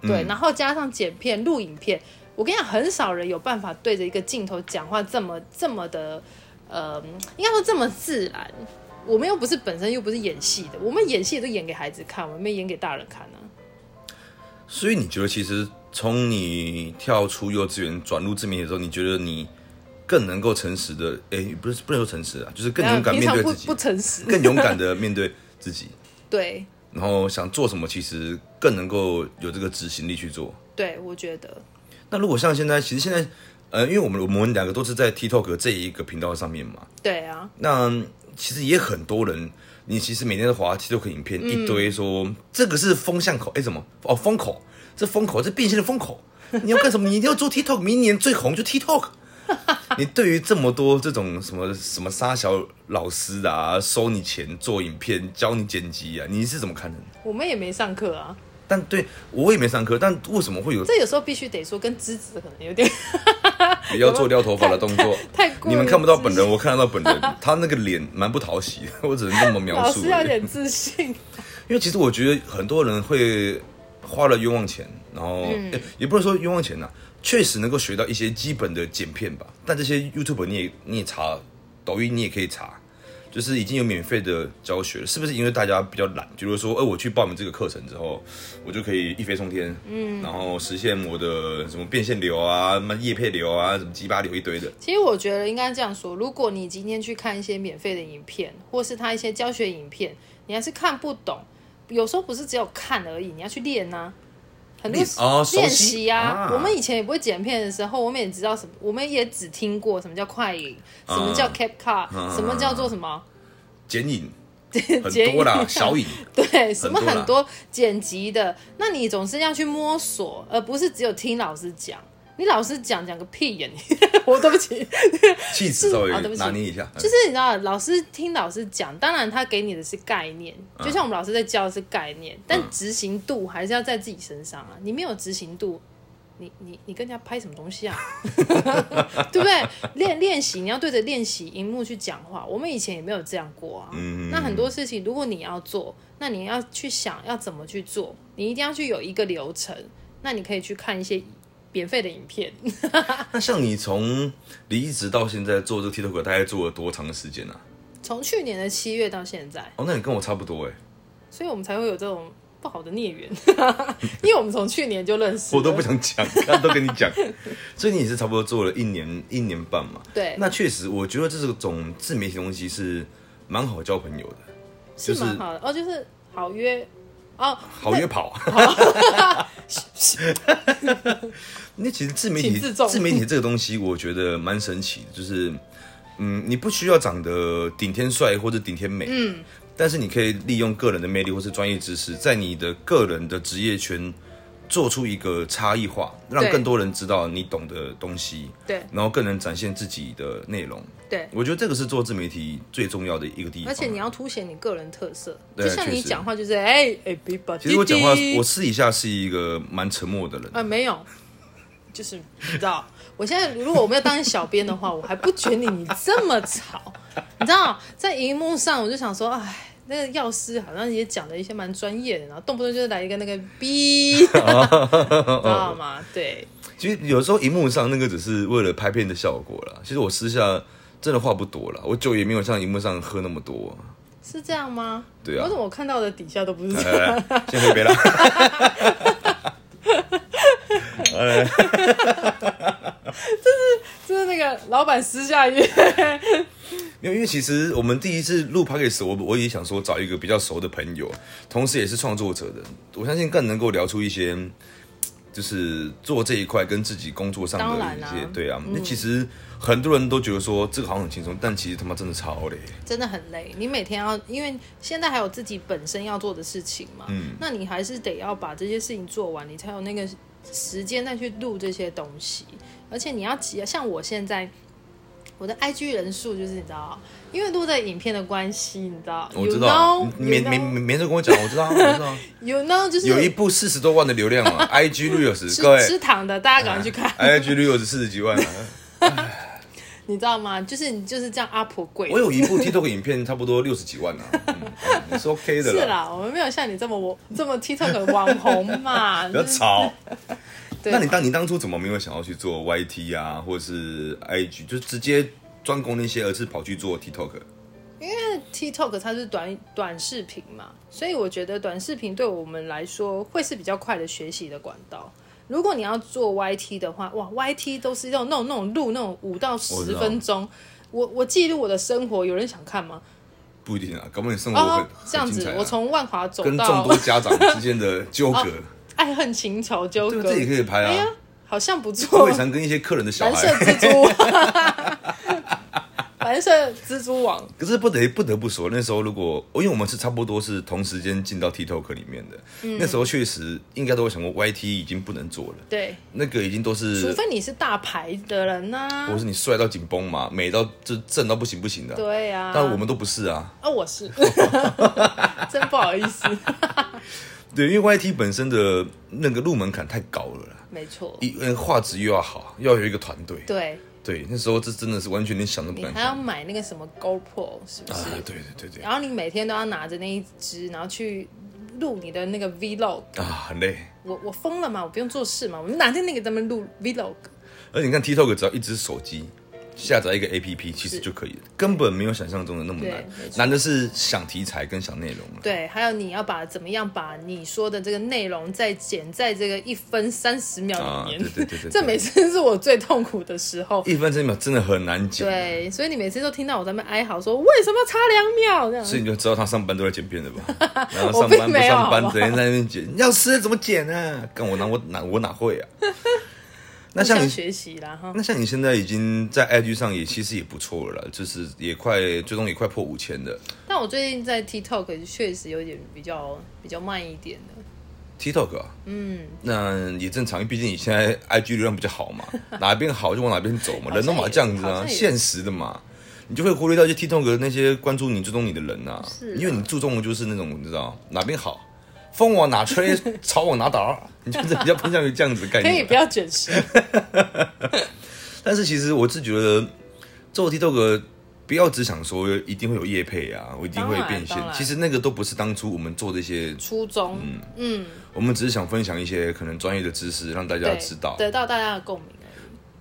Speaker 2: 嗯对，然后加上剪片、录影片，我跟你讲，很少人有办法对着一个镜头讲话这么这么的，呃，应该说这么自然。我们又不是本身又不是演戏的，我们演戏也都演给孩子看，我们没演给大人看啊呢、
Speaker 1: 所以你觉得其实从你跳出幼稚园转入自媒体的时候，你觉得你更能够诚实的，哎，不是不能说诚实啊，就是更勇敢
Speaker 2: 平
Speaker 1: 面
Speaker 2: 常
Speaker 1: 对
Speaker 2: 不
Speaker 1: 自己
Speaker 2: 不，诚 实，
Speaker 1: 更勇敢的面对自己。
Speaker 2: 对
Speaker 1: 然后想做什么，其实更能够有这个执行力去做。
Speaker 2: 对，我觉得
Speaker 1: 那如果像现在，其实现在，呃，因为我们我们两个都是在 TikTok 这一个频道上面嘛，
Speaker 2: 对啊，
Speaker 1: 那其实也很多人，你其实每天都滑 TikTok 影片，一堆说、这个是风向口，哎，什么？哦，风口，这风口，这变现的风口，你要干什么？ 你一定要做 TikTok，明年最红就 TikTok。你对于这么多这种什么什么沙小老师啊，收你钱做影片，教你剪辑啊，你是怎么看的？
Speaker 2: 我们也没上课啊，
Speaker 1: 但对我也没上课，但为什么会有
Speaker 2: 这有时候必须得说跟资质可能有点
Speaker 1: 不要做撩头发的动作？
Speaker 2: 太过
Speaker 1: 你
Speaker 2: 于
Speaker 1: 们看不到本
Speaker 2: 自
Speaker 1: 人，
Speaker 2: 信，
Speaker 1: 我看得到本人， 他那个脸蛮不讨喜的，我只能这么描
Speaker 2: 老
Speaker 1: 述
Speaker 2: 师要
Speaker 1: 而
Speaker 2: 有
Speaker 1: 已。
Speaker 2: 点自信。
Speaker 1: 因为其实我觉得很多人会花了冤枉钱，然后、
Speaker 2: 嗯
Speaker 1: 诶也不能说冤枉钱呐、啊确实能够学到一些基本的剪片吧。但这些 YouTube 你也你也查，抖音你也可以查，就是已经有免费的教学了，是不是因为大家比较懒，觉得说，哎、我去报名这个课程之后，我就可以一飞冲天，嗯，然后实现我的什么变现流啊、什么叶配流啊、什么鸡巴流一堆的，
Speaker 2: 其实我觉得应该这样说：如果你今天去看一些免费的影片，或是他一些教学影片，你还是看不懂，有时候不是只有看而已，你要去练呐、很多
Speaker 1: 练哦熟
Speaker 2: 练
Speaker 1: 悉
Speaker 2: 习啊
Speaker 1: 啊，
Speaker 2: 我们以前也不会剪片的时候，我们也知道什么，我们也只听过什么叫快影，什么叫 cap cut，、什么叫做什么
Speaker 1: 剪影很
Speaker 2: 剪影
Speaker 1: 多啦，小 影，
Speaker 2: 对，什么
Speaker 1: 很多啦
Speaker 2: 很多剪辑的，那你总是要去摸索，而不是只有听老师讲。你老师讲讲个屁呀！你 我对不起，
Speaker 1: 气质稍微
Speaker 2: 啊对不起
Speaker 1: 拿捏一下，
Speaker 2: 就是你知道，老师听老师讲，当然他给你的是概念，就像我们老师在教的是概念，但执行度还是要在自己身上啊。你没有执行度，你你你跟人家拍什么东西啊？ 对不对？练练习，你要对着练习荧幕去讲话。我们以前也没有这样过啊。
Speaker 1: 嗯
Speaker 2: 那很多事情，如果你要做，那你要去想要怎么去做，你一定要去有一个流程。那你可以去看一些免费的影片。
Speaker 1: 那像你从离职到现在做这个 TikTok，大概做了多长的时间呢、啊？
Speaker 2: 从去年的七月到现在，
Speaker 1: 哦，那你跟我差不多哎，
Speaker 2: 所以我们才会有这种不好的孽缘， 因为我们从去年就认识了，
Speaker 1: 我都不想讲， 刚都跟你讲，所以你也是差不多做了一年一年半嘛。
Speaker 2: 对，
Speaker 1: 那确实，我觉得这种自媒体东西是蛮好交朋友的，就是
Speaker 2: 蛮好的哦，就是好约哦，
Speaker 1: 好约跑。 那其实自媒体
Speaker 2: 请自重
Speaker 1: 自媒体这个东西，我觉得蛮神奇的，就是嗯，你不需要长得顶天帅或者顶天美，嗯，但是你可以利用个人的魅力或是专业知识，在你的个人的职业圈做出一个差异化，让
Speaker 2: 对
Speaker 1: 更多人知道你懂的东西，
Speaker 2: 对
Speaker 1: 然后更能展现自己的内容。
Speaker 2: 对，
Speaker 1: 我觉得这个是做自媒体最重要的一个地方。
Speaker 2: 而且你要凸显你个人特色，
Speaker 1: 对
Speaker 2: 就像
Speaker 1: 确
Speaker 2: 你
Speaker 1: 实
Speaker 2: 讲话就是哎哎别把，
Speaker 1: 其实我讲话，
Speaker 2: 弟弟
Speaker 1: 我私底下是一个蛮沉默的人。
Speaker 2: 啊没有。就是你知道，我现在如果我没有当小编的话，我还不觉得你这么吵。你知道，在荧幕上我就想说，哎，那个药师好像也讲了一些蛮专业的，然后动不动就是来一个那个 逼，你知道吗？对，
Speaker 1: 其实有时候荧幕上那个只是为了拍片的效果啦。其实我私下真的话不多啦，我酒也没有像荧幕上喝那么多。
Speaker 2: 是这样吗？
Speaker 1: 对啊
Speaker 2: 为什么我看到的底下都不是这
Speaker 1: 来
Speaker 2: 样？
Speaker 1: 来来，哎先喝一杯啦。
Speaker 2: 就是那个老板私下约，
Speaker 1: 没有，因为其实我们第一次录 podcast，我我也想说找一个比较熟的朋友，同时也是创作者的，我相信更能够聊出一些，就是做这一块跟自己工作上的
Speaker 2: 当然嗯
Speaker 1: 一
Speaker 2: 啦
Speaker 1: 些，对啊，那、其实很多人都觉得说这个好像很轻松，但其实他妈真的超累。
Speaker 2: 真的很累。你每天要，因为现在还有自己本身要做的事情嘛，嗯，那你还是得要把这些事情做完，你才有那个时间再去录这些东西。而且你要急，像我现在。我的 IG 人数就是你知道，因为录在影片的关系，你知道，
Speaker 1: 我知道啊
Speaker 2: you，know,
Speaker 1: 你没
Speaker 2: you know,
Speaker 1: 没没没事跟我讲，我知道，我知道，
Speaker 2: you know，就是
Speaker 1: 有一部四十多万的流量 嘛，IG 绿有十，
Speaker 2: 吃
Speaker 1: 各
Speaker 2: 吃
Speaker 1: 位
Speaker 2: 糖的，大家
Speaker 1: 哎
Speaker 2: 赶快去看。
Speaker 1: ，IG 绿有十四十几万 啊。
Speaker 2: 你知道吗？就是你就是这样阿婆贵。
Speaker 1: 我有一部 TikTok 影片，差不多六十几万啊，嗯嗯是 OK 的
Speaker 2: 是
Speaker 1: 啦，
Speaker 2: 啦，我们没有像你这么我这么 TikTok 的网红嘛。
Speaker 1: 不要吵。
Speaker 2: 对
Speaker 1: 那你当你当初怎么没有想要去做 YT 啊，或者是 IG，就是直接专攻那些，而是跑去做 TikTok？
Speaker 2: TikTok 它是短短视频嘛，所以我觉得短视频对我们来说会是比较快的学习的管道。如果你要做 YT 的话，哇，YT 都是那种那种那种录那种五到
Speaker 1: 我知
Speaker 2: 十
Speaker 1: 道
Speaker 2: 分钟，我我记录我的生活，有人想看吗？
Speaker 1: 不一定啊，搞不好你生活很、
Speaker 2: 哦
Speaker 1: 很，
Speaker 2: 这样
Speaker 1: 精
Speaker 2: 子
Speaker 1: 彩，啊
Speaker 2: 我从万华走
Speaker 1: 跟众
Speaker 2: 到
Speaker 1: 多家长之间的纠葛，
Speaker 2: 爱恨情仇纠
Speaker 1: 对，
Speaker 2: 葛，
Speaker 1: 这也可以拍
Speaker 2: 哎
Speaker 1: 啊
Speaker 2: 呀。，好像不
Speaker 1: 我
Speaker 2: 错
Speaker 1: 也。常跟一些客人的小
Speaker 2: 蓝
Speaker 1: 孩
Speaker 2: 色，蜘蛛， 蓝色蜘蛛网，
Speaker 1: 可是不得不得不说，那时候如果哦因为我们是差不多是同时间进到 TikTok 里面的，
Speaker 2: 嗯
Speaker 1: 那时候确实应该都会想过 YT 已经不能做了，
Speaker 2: 对，
Speaker 1: 那个已经都
Speaker 2: 除
Speaker 1: 是
Speaker 2: 非你是大牌的人呐、
Speaker 1: 我是你帅到紧绷嘛，美到就正到不行不行的，
Speaker 2: 对啊，
Speaker 1: 但我们都不是啊，
Speaker 2: 啊，我 是，真不好意思，
Speaker 1: 对，因为 YT 本身的那个入门槛太高了啦，
Speaker 2: 没错，
Speaker 1: 一呃画质又要好，要有一个团队，
Speaker 2: 对
Speaker 1: 对，那时候这真的是完全连想都不
Speaker 2: 你
Speaker 1: 敢
Speaker 2: 还要
Speaker 1: 想啊，
Speaker 2: 买那个什么 GoPro 是不是？
Speaker 1: 对对对对
Speaker 2: 然后你每天都要拿着那一只，然后去录你的那个 Vlog，
Speaker 1: 啊，很累。
Speaker 2: 我我疯了嘛，我不用做事嘛，我们哪天那个咱们录 Vlog，
Speaker 1: 而且你看 TikTok 只要一只手机，下载一个 APP 其实就可以了，根本没有想象中的那么难
Speaker 2: 对没。错
Speaker 1: 难的是想题材跟想内容了。
Speaker 2: 对，还有你要把怎么样把你说的这个内容再剪在这个一分三十秒里面，
Speaker 1: 啊对对对对对
Speaker 2: 这每次是我最痛苦的时 候。
Speaker 1: 一分三秒真的很难剪，
Speaker 2: 对，所以你每次都听到我在那边哀嚎说为什么差两秒这样
Speaker 1: 所以
Speaker 2: 子。
Speaker 1: 你就知道他上班都在剪片了 吧？然后
Speaker 2: 我
Speaker 1: 上
Speaker 2: 并
Speaker 1: 班不
Speaker 2: 没有啊
Speaker 1: 上班
Speaker 2: 好，不好
Speaker 1: 整天在那边剪，要吃怎么剪啊？干我哪我哪我哪 会啊？那
Speaker 2: 互
Speaker 1: 像
Speaker 2: 相
Speaker 1: 你
Speaker 2: 学习啦哈，
Speaker 1: 那像你现在已经在 IG 上也其实也不错了啦，就是也快最终也快破五千了。
Speaker 2: 但我最近在 TikTok 确实有点比较比较慢一点的，
Speaker 1: TikTok 啊，嗯，那也正常，因为毕竟你现在 IG 流量比较好 嘛，哪边好就往哪边走嘛，
Speaker 2: 好像
Speaker 1: 人都嘛
Speaker 2: 也
Speaker 1: 这样子
Speaker 2: 好
Speaker 1: 啊，
Speaker 2: 像也
Speaker 1: 现实的嘛，你就会忽略掉一些 TikTok 的那些关注你、追踪你的人呐、
Speaker 2: 是啊
Speaker 1: 因为你注重的就是那种你知道哪边好，风往哪吹，草往哪倒，你就是比较偏向于这样子的概
Speaker 2: 可以
Speaker 1: 念
Speaker 2: 不。要卷舌。
Speaker 1: 但是其实我是觉得做 TikTok。不要只想说一定会有业配啊，我一定会
Speaker 2: 当然
Speaker 1: 变现
Speaker 2: 当。然
Speaker 1: 其实那个都不是当初我们做的一些
Speaker 2: 初衷，嗯，
Speaker 1: 我们只是想分享一些可能专业的知识，让大家
Speaker 2: 对，
Speaker 1: 知道。
Speaker 2: 得到大家的共鸣啊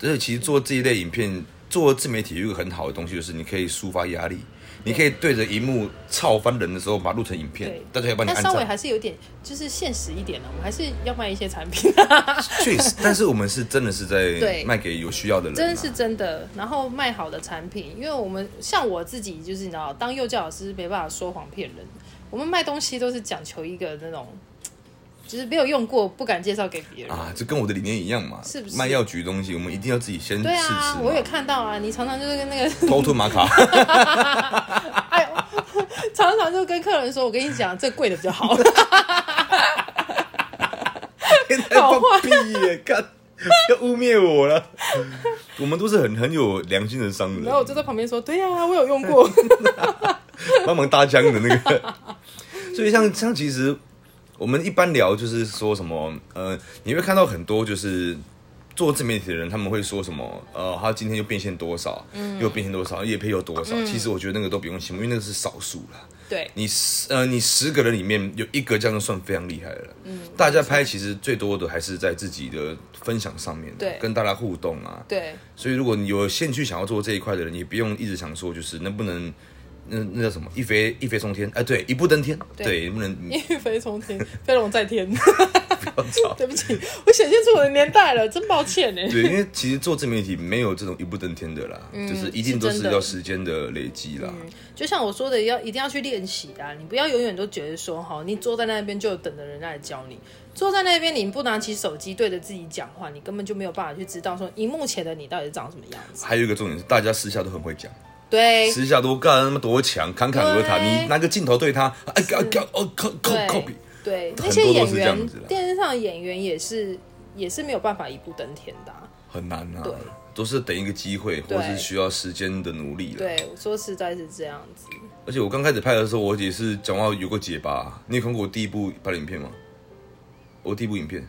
Speaker 2: 而已。
Speaker 1: 而且其实做这一类影片，做自媒体有一个很好的东西，就是你可以抒发压力，你可以对着荧幕操翻人的时候，把它录成影片
Speaker 2: 对，
Speaker 1: 大家也帮你
Speaker 2: 但
Speaker 1: 按
Speaker 2: 稍微
Speaker 1: 赞。
Speaker 2: 还是有点就是现实一点的，我们还是要卖一些产品，啊
Speaker 1: 确 实，但是我们是真的是在
Speaker 2: 对
Speaker 1: 卖给有需要的人、啊，
Speaker 2: 真的是 真的。然后卖好的产品，因为我们像我自己就是你知道，当幼教老师没办法说谎骗人，我们卖东西都是讲求一个那种，就是没有用过不敢介绍给别人。
Speaker 1: 啊，这跟我的理念一样嘛，
Speaker 2: 是不是
Speaker 1: 卖药局的东西，我们一定要自己先试
Speaker 2: 对
Speaker 1: 吃
Speaker 2: 啊
Speaker 1: 嘛，，
Speaker 2: 我也看到啊，你常常就是跟那个
Speaker 1: 偷吞玛卡，
Speaker 2: 哎，常常就跟客人说：“我跟你讲，这贵的比较好。
Speaker 1: 搞屁耶，干要污蔑我了。我们都是很很有良心的商”人，
Speaker 2: 然后我就在旁边说：“对呀、我有用过。
Speaker 1: 帮忙搭腔的那个。所以像像其实我们一般聊就是说什么呃，你会看到很多就是。做自媒体的人，他们会说什么？呃，他今天又变现多少，又变现多少，业配又多少？其实我觉得那个都不用羡慕，因为那个是少数啦。”
Speaker 2: 对，
Speaker 1: 你十呃，你十个人里面有一个这样就算非常厉害了。嗯，大家拍其实最多的还是在自己的分享上面，
Speaker 2: 对
Speaker 1: 跟大家互动啊，
Speaker 2: 对，
Speaker 1: 所以，如果你有兴趣想要做这一块的人，你不用一直想说就是能不能，那那叫什么一飞一飞冲天？哎、对，一步登天，
Speaker 2: 对
Speaker 1: 对，能不能
Speaker 2: 一飞冲天，飞龙在天。
Speaker 1: 不要吵？
Speaker 2: 对不起，我显现出我的年代了，真抱歉哎。
Speaker 1: 对，因为其实做自媒体没有这种一步登天的啦，就是一定都
Speaker 2: 是
Speaker 1: 是
Speaker 2: 真的
Speaker 1: 要时间的累积啦。
Speaker 2: 就像我说嗯的，要一定要去练习的啊、你不要永远都觉得说，哈，你坐在那边就等着人家来教你。坐在那边，你不拿起手机对着自己讲话，你根本就没有办法去知道说，荧幕前的你到底长什么样子。
Speaker 1: 还有一个重点是，大家私下都很会讲，
Speaker 2: 对，
Speaker 1: 私下都干他妈多强，侃侃而谈。
Speaker 2: 对
Speaker 1: 你拿个镜头对他，哎，干干哦，靠靠
Speaker 2: 对
Speaker 1: 靠比，
Speaker 2: 对，
Speaker 1: 很
Speaker 2: 那些
Speaker 1: 多都
Speaker 2: 演
Speaker 1: 是这样
Speaker 2: 员
Speaker 1: 子啦，
Speaker 2: 电视上的演员也是也是没有办法一步登天的啊、
Speaker 1: 很难啊
Speaker 2: 对，
Speaker 1: 都是等一个机会，或者是
Speaker 2: 对
Speaker 1: 需要时间的努力啦。
Speaker 2: 对，啊我说实在是这样子，
Speaker 1: 而且我刚开始拍的时候，我也是讲话有个结巴。你有看过我第一部拍的影片吗？我第一部影片，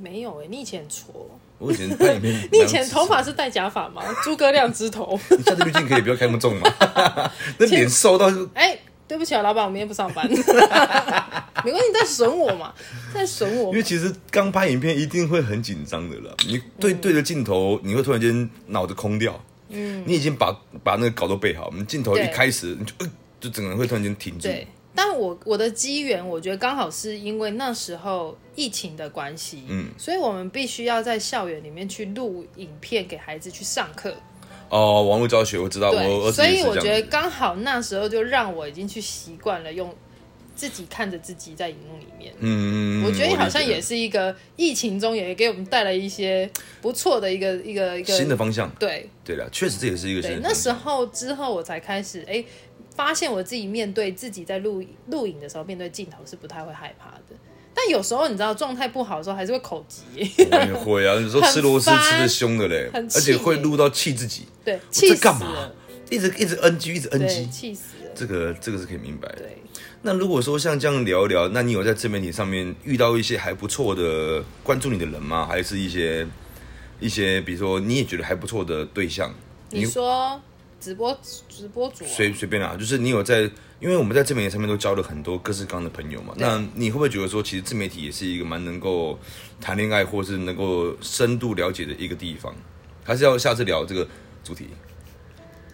Speaker 2: 没有哎、你以前很挫，，
Speaker 1: 我以前拍影片
Speaker 2: 你以前头发，是戴假发 吗？诸葛亮之头。
Speaker 1: 你下次滤镜可以不要开那么重 嘛？那脸瘦到是
Speaker 2: 哎、对不起啊，老板，我明天不上 班。没关系，你在损我嘛，在损我
Speaker 1: 因
Speaker 2: 嘛
Speaker 1: 为。其实刚拍影片一定会很紧张的啦。你对
Speaker 2: 嗯
Speaker 1: 对着镜头，你会突然间脑子空掉。嗯，你已经把把那个稿都背好，你镜头一
Speaker 2: 对
Speaker 1: 开始你就、呃、就整个人会突然间停住。
Speaker 2: 对，但我我的机缘，我觉得刚好是因为那时候疫情的关系，嗯，所以我们必须要在校园里面去录影片给孩子去上课。
Speaker 1: 哦，网络教学我知道，我儿子
Speaker 2: 对，所
Speaker 1: 也
Speaker 2: 以
Speaker 1: 是这样
Speaker 2: 我
Speaker 1: 子。
Speaker 2: 觉得刚好那时候就让我已经去习惯了用自己看着自己在荧幕里面。
Speaker 1: 嗯，嗯嗯
Speaker 2: 我觉得好像
Speaker 1: 理解
Speaker 2: 也是一个疫情中也给我们带来一些不错的一个一个一个
Speaker 1: 新的方向。
Speaker 2: 对
Speaker 1: 对了，确实这也是一个新的，
Speaker 2: 对那
Speaker 1: 方向。
Speaker 2: 时候之后我才开始哎、诶发现我自己面对自己在录录影的时候，面对镜头是不太会害怕的。但有时候你知道状态不好的时候，还是会口急、
Speaker 1: 我也会啊，有时候吃螺丝
Speaker 2: 很
Speaker 1: 吃
Speaker 2: 烦
Speaker 1: 的凶的嘞，
Speaker 2: 很
Speaker 1: 而
Speaker 2: 气
Speaker 1: 且会录到气自己，
Speaker 2: 对，
Speaker 1: 这
Speaker 2: 气死
Speaker 1: 干嘛
Speaker 2: 了，？
Speaker 1: 一直一直 NG，一直
Speaker 2: 对，
Speaker 1: NG，
Speaker 2: 气死了，
Speaker 1: 这个这个是可以明白的。
Speaker 2: 对。
Speaker 1: 那如果说像这样聊一聊，那你有在自媒体上面遇到一些还不错的关注你的人吗？还是一些一些，比如说你也觉得还不错的对象？
Speaker 2: 你说直播直播主啊、
Speaker 1: 随随便啦、就是你有在，因为我们在自媒体上面都交了很多各式各样的朋友嘛。
Speaker 2: 对
Speaker 1: 那你会不会觉得说，其实自媒体也是一个蛮能够谈恋爱，或是能够深度了解的一个地方？还是要下次聊这个主题。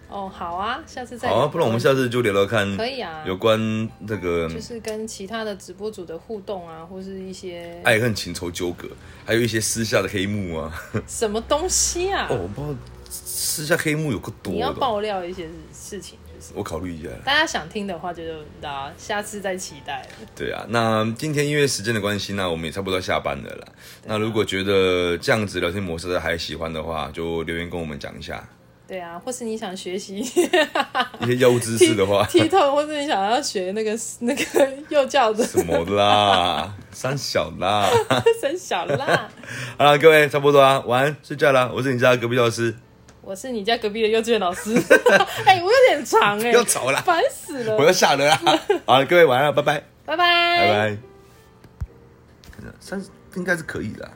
Speaker 2: 哦，好啊，下次再
Speaker 1: 好啊，不然我们下次就聊聊看
Speaker 2: 可以啊，
Speaker 1: 有关那个
Speaker 2: 就是跟其他的直播主的互动啊，或是一些
Speaker 1: 爱恨情仇纠葛，还有一些私下的黑幕啊。
Speaker 2: 什么东西啊，
Speaker 1: 哦，我不知道私下黑幕有个多
Speaker 2: 你要
Speaker 1: 的，
Speaker 2: 爆料一些事情，就是
Speaker 1: 我考虑一下。
Speaker 2: 大家想听的话就，就大家下次再期待。
Speaker 1: 对啊，那今天因为时间的关系，那我们也差不多要下班了啦。那如果觉得这样子聊天模式还喜欢的话，就留言跟我们讲一下
Speaker 2: 对啊，或是你想学习，
Speaker 1: 一些药物知识的话
Speaker 2: 踢透，或是你想要学那个那个 幼教的
Speaker 1: 什么啦，三小啦。
Speaker 2: 生小辣。
Speaker 1: 好了，各位差不多啊，晚安，睡觉啦。我是你家隔壁教师，
Speaker 2: 我是你家隔壁的幼稚园 老师，哎、我有点长哎、
Speaker 1: 不要吵啦，
Speaker 2: 烦死
Speaker 1: 我
Speaker 2: 了，
Speaker 1: 要下了啦。好啊了，各位晚安了，拜拜，
Speaker 2: 拜拜，
Speaker 1: 拜拜。三应该是可以的啊。